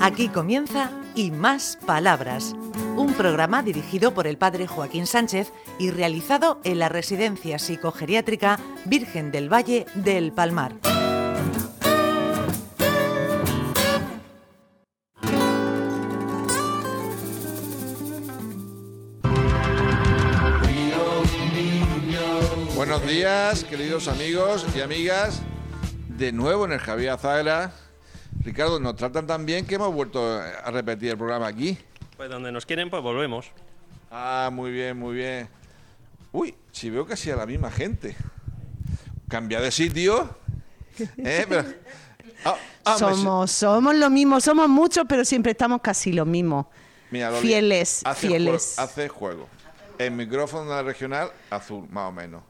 Aquí comienza Y Más Palabras, un programa dirigido por el padre Joaquín Sánchez y realizado en la Residencia Psicogeriátrica Virgen del Valle del Palmar. Buenos días, queridos amigos y amigas. De nuevo en el Javier Azagra. Ricardo, nos tratan tan bien que hemos vuelto a repetir el programa aquí. Pues donde nos quieren, pues volvemos. Ah, muy bien, muy bien. Uy, si veo casi a la misma gente. Cambia de sitio. Eh, pero- Ah, ah, me- somos, somos lo mismo, somos muchos, pero siempre estamos casi lo mismo. Mira, Loli, fieles, hace fieles. juego- hace juego. El micrófono de la regional, azul, más o menos.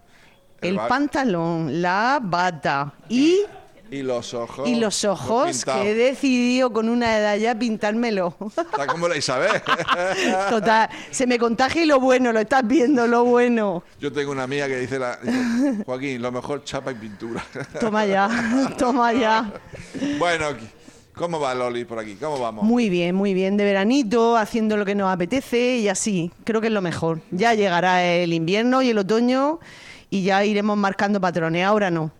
El ba- pantalón, la bata y, Y los ojos. y los ojos, pintados. que he decidido con una edad ya pintármelo. Está como la Isabel. Total, se me contagia y lo bueno, lo estás viendo, lo bueno. Yo tengo una amiga que dice, la, dice, Joaquín, lo mejor chapa y pintura. Toma ya, toma ya. bueno, ¿cómo va Loli por aquí? ¿Cómo vamos? Muy bien, muy bien, de veranito, haciendo lo que nos apetece y así, creo que es lo mejor. Ya llegará el invierno y el otoño y ya iremos marcando patrones, ahora no.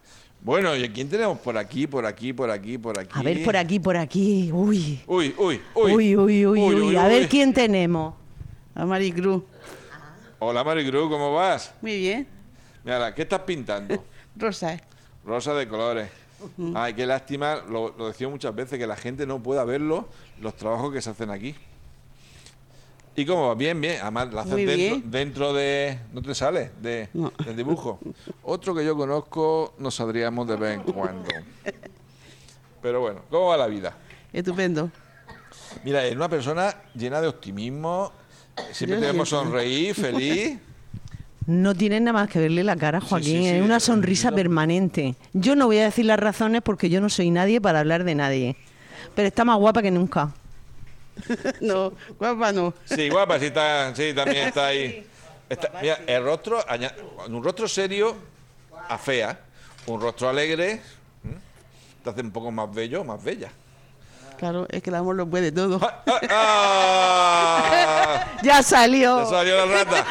Bueno, ¿y a quién tenemos por aquí, por aquí, por aquí, por aquí? A ver, por aquí, por aquí. Uy. Uy, uy, uy. Uy, uy, uy, uy. A ver uy. quién tenemos. A Maricruz. Hola Maricruz, ¿cómo vas? Muy bien. Mira, ¿qué estás pintando? Rosa. Rosa de colores. Ay, qué lástima, lo, lo decía muchas veces, que la gente no pueda verlo, los trabajos que se hacen aquí. ¿Y cómo va? Bien, bien. Además, la haces Muy dentro, bien. dentro de... No te sale de, No. del dibujo. Otro que yo conozco nos saldríamos de vez en cuando. Pero bueno, ¿cómo va la vida? Estupendo. Mira, es una persona llena de optimismo. Siempre Yo te vemos sí. sonreír, feliz. No tienen nada más que verle la cara, Joaquín. sí, sí, es una eh, sonrisa no. permanente. Yo no voy a decir las razones porque yo no soy nadie para hablar de nadie. Pero está más guapa que nunca. No, guapa no. Sí, guapa, sí, está, sí también está ahí. Está- mira, el rostro, aña- un rostro serio a fea, un rostro alegre, ¿m? te hace un poco más bello, más bella. Claro, es que el amor lo puede todo. ¡Ah! ¡Ah! Ya Te salió. salió la rata.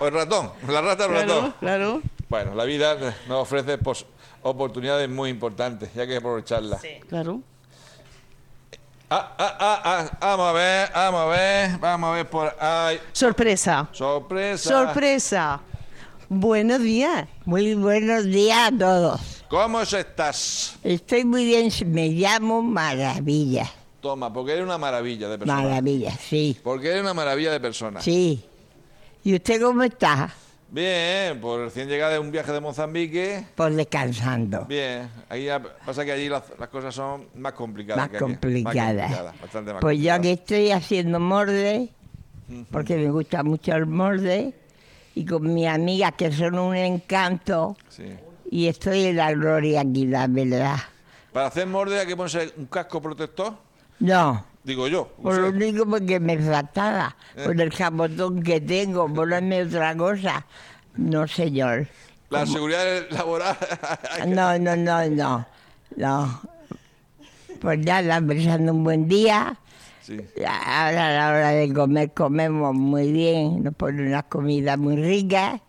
O el ratón, la rata o el ratón. Claro, claro. Bueno, la vida nos ofrece pos- oportunidades muy importantes y hay que aprovecharlas. Claro. Ah, ah, ah, ah, vamos a ver, vamos a ver, vamos a ver por ahí. Sorpresa. Sorpresa. Sorpresa. Buenos días. Muy buenos días a todos. ¿Cómo estás? Estoy muy bien, me llamo Maravilla. Toma, porque eres una maravilla de persona. Maravilla, sí, Porque eres una maravilla de persona. sí. ¿Y usted cómo está? Bien, por recién llegada de un viaje de Mozambique. Pues descansando. Bien, ahí ya- pasa que allí las, las cosas son más complicadas. Más que aquí. complicada. complicadas, bastante más Pues yo aquí complicadas. estoy haciendo morde, porque me gusta mucho el morde, y con mis amigas que son un encanto, Sí. y estoy en la gloria aquí, la verdad. Para hacer morde hay que ponerse un casco protector, No, digo yo. no Por sé. lo único porque me faltaba, con el jamotón que tengo, ponerme otra cosa. No, señor. La seguridad laboral. No, no, no, no. No. Pues nada, pasando un buen día. sí. Ahora a la hora de comer, comemos muy bien. Nos ponen unas comidas muy ricas.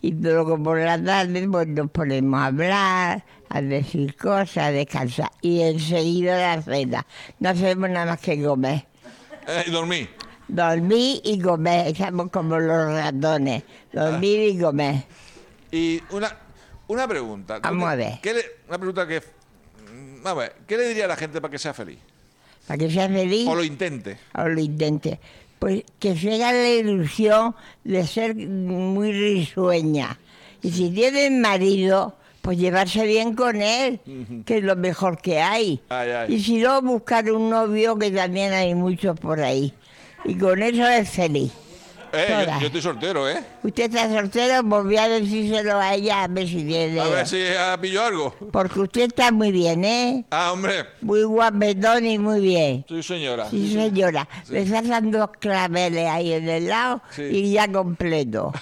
Y luego por la tarde pues, nos ponemos a hablar, a decir cosas, a descansar. Y enseguida la cena. No hacemos nada más que comer. Eh, y dormí. Dormir y comer, estamos como los ratones. Dormir y comer. Y una, una pregunta. ¿Tú Vamos qué- a ver. qué le- una pregunta que. mm, Vamos a ver, ¿qué le diría a la gente para que sea feliz? Para que sea feliz O lo intente. o lo intente. Pues que se haga la ilusión de ser muy risueña. Y si tienen marido, pues llevarse bien con él, que es lo mejor que hay. Ay, ay. Y si no, buscar un novio, que también hay muchos por ahí. Y con eso es feliz. Eh, yo- yo, Todas. estoy soltero, ¿eh? Usted está soltero, pues voy a decírselo a ella a ver si tiene. A ver si ah, pillo algo. Porque usted está muy bien, ¿eh? Ah, hombre, Muy guapetón y muy bien. soy señora. Sí, señora. Me están dos claveles ahí en el lado Sí. y ya completo.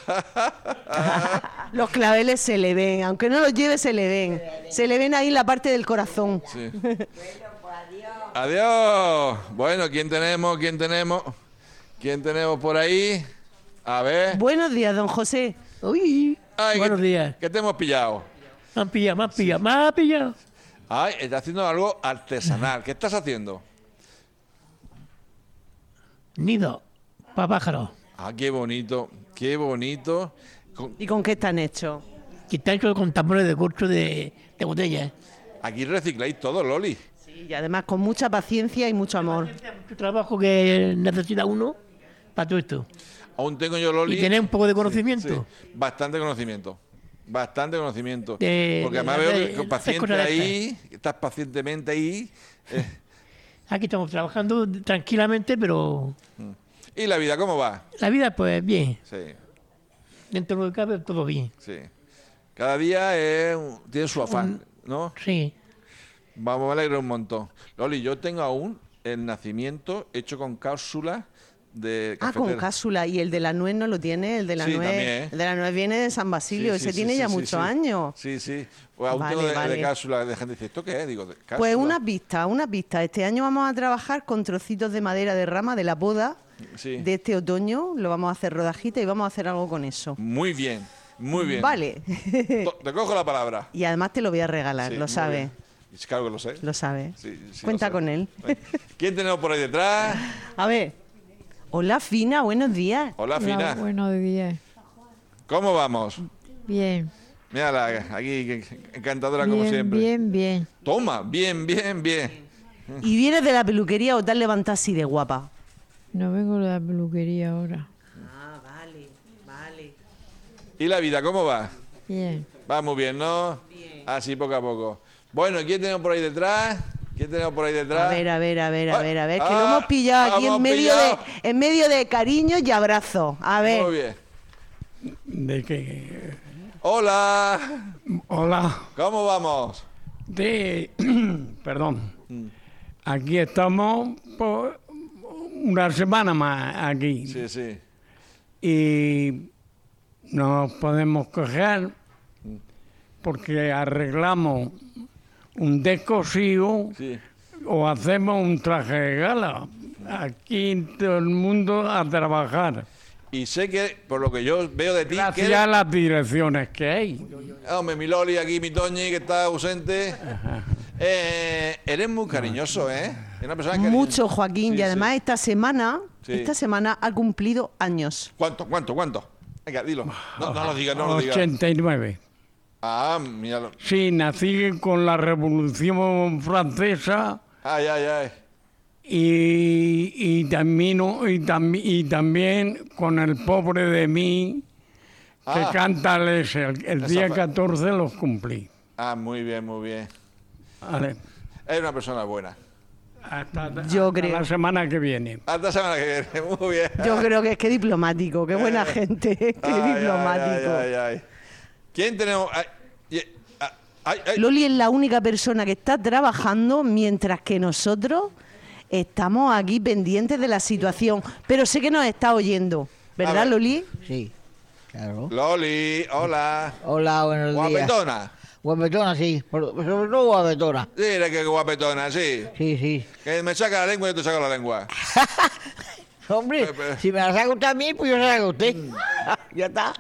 Los claveles se le ven. Aunque no los lleve, se le ven. Se le ven ahí en la parte del corazón. Sí. Adiós. Bueno, ¿quién tenemos? ¿Quién tenemos? ¿Quién tenemos por ahí? A ver. Buenos días, don José. Uy, Ay, buenos que, días. que te hemos pillado. Me han pillado, me han pillado, me han pillado. Ay, está haciendo algo artesanal. ¿Qué estás haciendo? Nido para pájaros. Ah, qué bonito, qué bonito. Con- ¿Y con qué están hechos? Que está hecho con tambores de corcho de, de botella. Aquí recicláis todo, Loli. Sí, y además con mucha paciencia y mucho amor. Mucho trabajo que necesita uno para todo esto. Aún tengo yo, Loli. Y tener un poco de conocimiento. Sí, bastante conocimiento. Bastante conocimiento. De- Porque de- además de- veo que de- con de paciente cosas de ahí, estás pacientemente ahí. Aquí estamos trabajando tranquilamente, pero ¿Y la vida cómo va? la vida, pues bien. Sí, Dentro de lo que cabe, todo bien. sí. Cada día es un- tiene su afán, ¿no? Sí. Vamos, me alegro un montón. Loli, yo tengo aún el nacimiento hecho con cápsulas de Ah, con cafetera. cápsula. ¿Y el de la nuez no lo tiene? El de la Sí, nuez. también, ¿eh? El de la nuez viene de San Sí, Basilio. sí, Ese sí, tiene sí, ya sí, muchos sí. años. Sí, sí. Pues aún Vale, tengo de, vale. de cápsulas. De gente dice, ¿esto qué es? Digo, de cápsula. Pues una pista, una pista. Este año vamos a trabajar con trocitos de madera de rama de la boda Sí. de este otoño. Lo vamos a hacer rodajita y vamos a hacer algo con eso. Muy bien, muy bien. Vale. To- Te cojo la palabra. y además te lo voy a regalar, Sí, lo muy sabes. bien. Sí, Claro que lo sé. Lo sabes. Sí, sí, lo Cuenta sé. con él. ¿Quién tenemos por ahí detrás? A ver. Hola, Fina, buenos días. Hola, Fina. Buenos días. ¿Cómo vamos? Bien. Mírala, aquí, que- encantadora como Bien, siempre. bien, bien. Toma, bien, bien, bien. Y vienes de la peluquería o tal levantasí de guapa. No vengo de la peluquería ahora. ¿Y la vida cómo va? Bien. Va muy bien, ¿no? Así poco a poco. Bueno, ¿quién tenemos por ahí detrás? ¿Quién tenemos por ahí detrás? A ver, a ver, a ver, a Ah, ver, a ver, que lo ah, hemos pillado aquí hemos en medio, de, pillado. en medio de cariño y abrazo. A ver. Muy bien. De que. Hola, Hola, ¿cómo vamos? de, perdón. Aquí estamos por una semana más aquí Sí, sí. y no nos podemos quejar porque arreglamos un descosido sí. o hacemos un traje de gala. Aquí todo el mundo a trabajar. Y sé que, por lo que yo veo de ti, que Gracias eres- a las direcciones que hay. Ah, Hombre, mi Loli aquí, mi Toñi, que está ausente. Eh, eres muy cariñoso, ¿eh? Eres una persona cariñosa. Mucho, Joaquín. Sí, y además sí. esta semana, Sí. esta semana ha cumplido años. ¿Cuánto, cuánto, cuánto? Venga, dilo. No, no lo digas, no lo digas. 89. Ah, míralo. Sí, nací con la Revolución Francesa Ay, ay, ay. y, y también, y, tam- y también con el pobre de mí, que Ah. canta Les. El, el Esa día fue- 14 los cumplí. Ah, muy bien, muy bien. Vale. Eres una persona buena. Hasta, Yo hasta creo. la semana que viene. Hasta la semana que viene. Muy bien. Yo creo que es que diplomático, qué buena gente, qué Ah. Eh. Ay, ay, diplomático. Ay, ay, ay. ¿Quién tenemos? Ay, ye- ah, ay, ay. Loli es la única persona que está trabajando mientras que nosotros estamos aquí pendientes de la situación. Pero sé que nos está oyendo, A ¿verdad, ver. Loli? Sí, claro. Loli, hola. Hola, buenos días. Guapetona. Guapetona, sí. por- Sobre todo guapetona. Mira que guapetona, sí. Sí, sí. Que me saca la lengua y yo te saco la lengua. Hombre, Pero, pero- si me la saca usted a mí, pues yo se la saco a usted. Mm. ya está.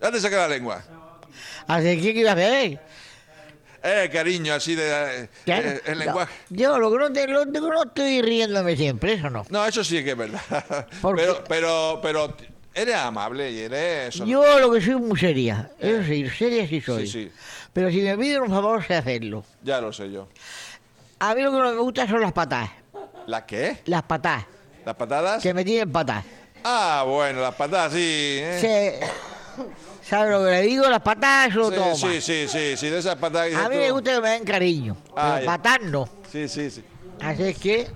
Ya te saca la lengua. Así que, ¿qué iba a hacer? Eh, cariño, así de eh, Claro. eh, el No, lenguaje. Yo lo que no, te- lo- no estoy riéndome siempre, eso no. No, eso sí que es verdad. ¿Por Pero, qué? pero, pero t- eres amable y eres. eso. Eh. Yo lo que soy muy seria. Eso sí, seria sí soy. sí. Pero si me piden un favor, sé hacerlo. Ya lo sé yo. A mí lo que no me gusta son las patadas. ¿La qué? Las patadas. ¿Las patadas? Que me tienen patas. Ah, bueno, las patadas sí. ¿eh? Se- ¿Sabes lo que le digo? Las patadas eso lo Sí, toma. sí, sí, sí, sí, de esas patadas. que A dices mí tú. me gusta que me den cariño, Ah, pero ya. patar no. Sí, sí, sí. Así es que,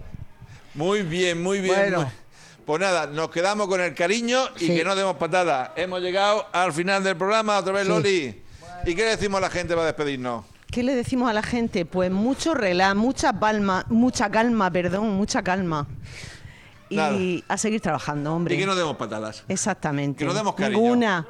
Muy bien, muy bien. Bueno. muy- Pues nada, nos quedamos con el cariño y Sí. que no demos patadas. Hemos llegado al final del programa, otra vez, Loli. ¿Y qué le decimos a la gente para despedirnos? ¿Qué le decimos a la gente? Pues mucho relax, mucha palma, mucha calma, perdón, mucha calma. Y Nada. a seguir trabajando, hombre. Eh. Y que no demos patadas. Exactamente. que no demos cariño. Ninguna.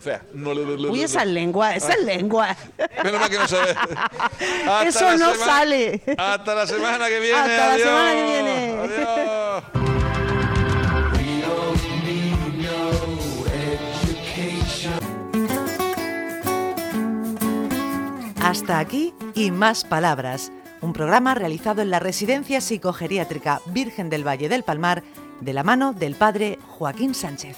Fea. No, no, no, no, Uy, no. esa lengua, esa lengua. Menos mal que no sabes. Hasta Eso la no semana- sale. Hasta la semana que viene. Hasta la adiós. semana que viene. Adiós. Hasta aquí y más palabras, un programa realizado en la Residencia Psicogeriátrica Virgen del Valle del Palmar de la mano del padre Joaquín Sánchez.